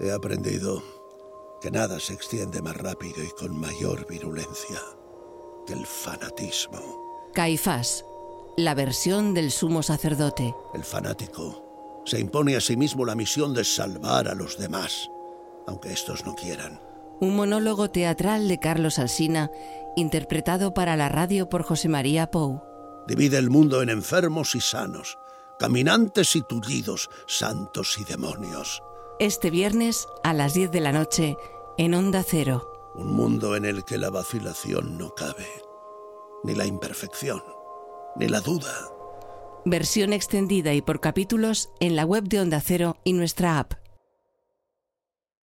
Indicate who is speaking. Speaker 1: He aprendido que nada se extiende más rápido y con mayor virulencia que el fanatismo.
Speaker 2: Caifás, la versión del sumo sacerdote.
Speaker 1: El fanático se impone a sí mismo la misión de salvar a los demás, aunque estos no quieran.
Speaker 2: Un monólogo teatral de Carlos Alsina, interpretado para la radio por José María Pou.
Speaker 1: Divide el mundo en enfermos y sanos, caminantes y tullidos, santos y demonios.
Speaker 2: Este viernes a las 10 de la noche en Onda Cero.
Speaker 1: Un mundo en el que la vacilación no cabe, ni la imperfección, ni la duda.
Speaker 2: Versión extendida y por capítulos en la web de Onda Cero y nuestra app.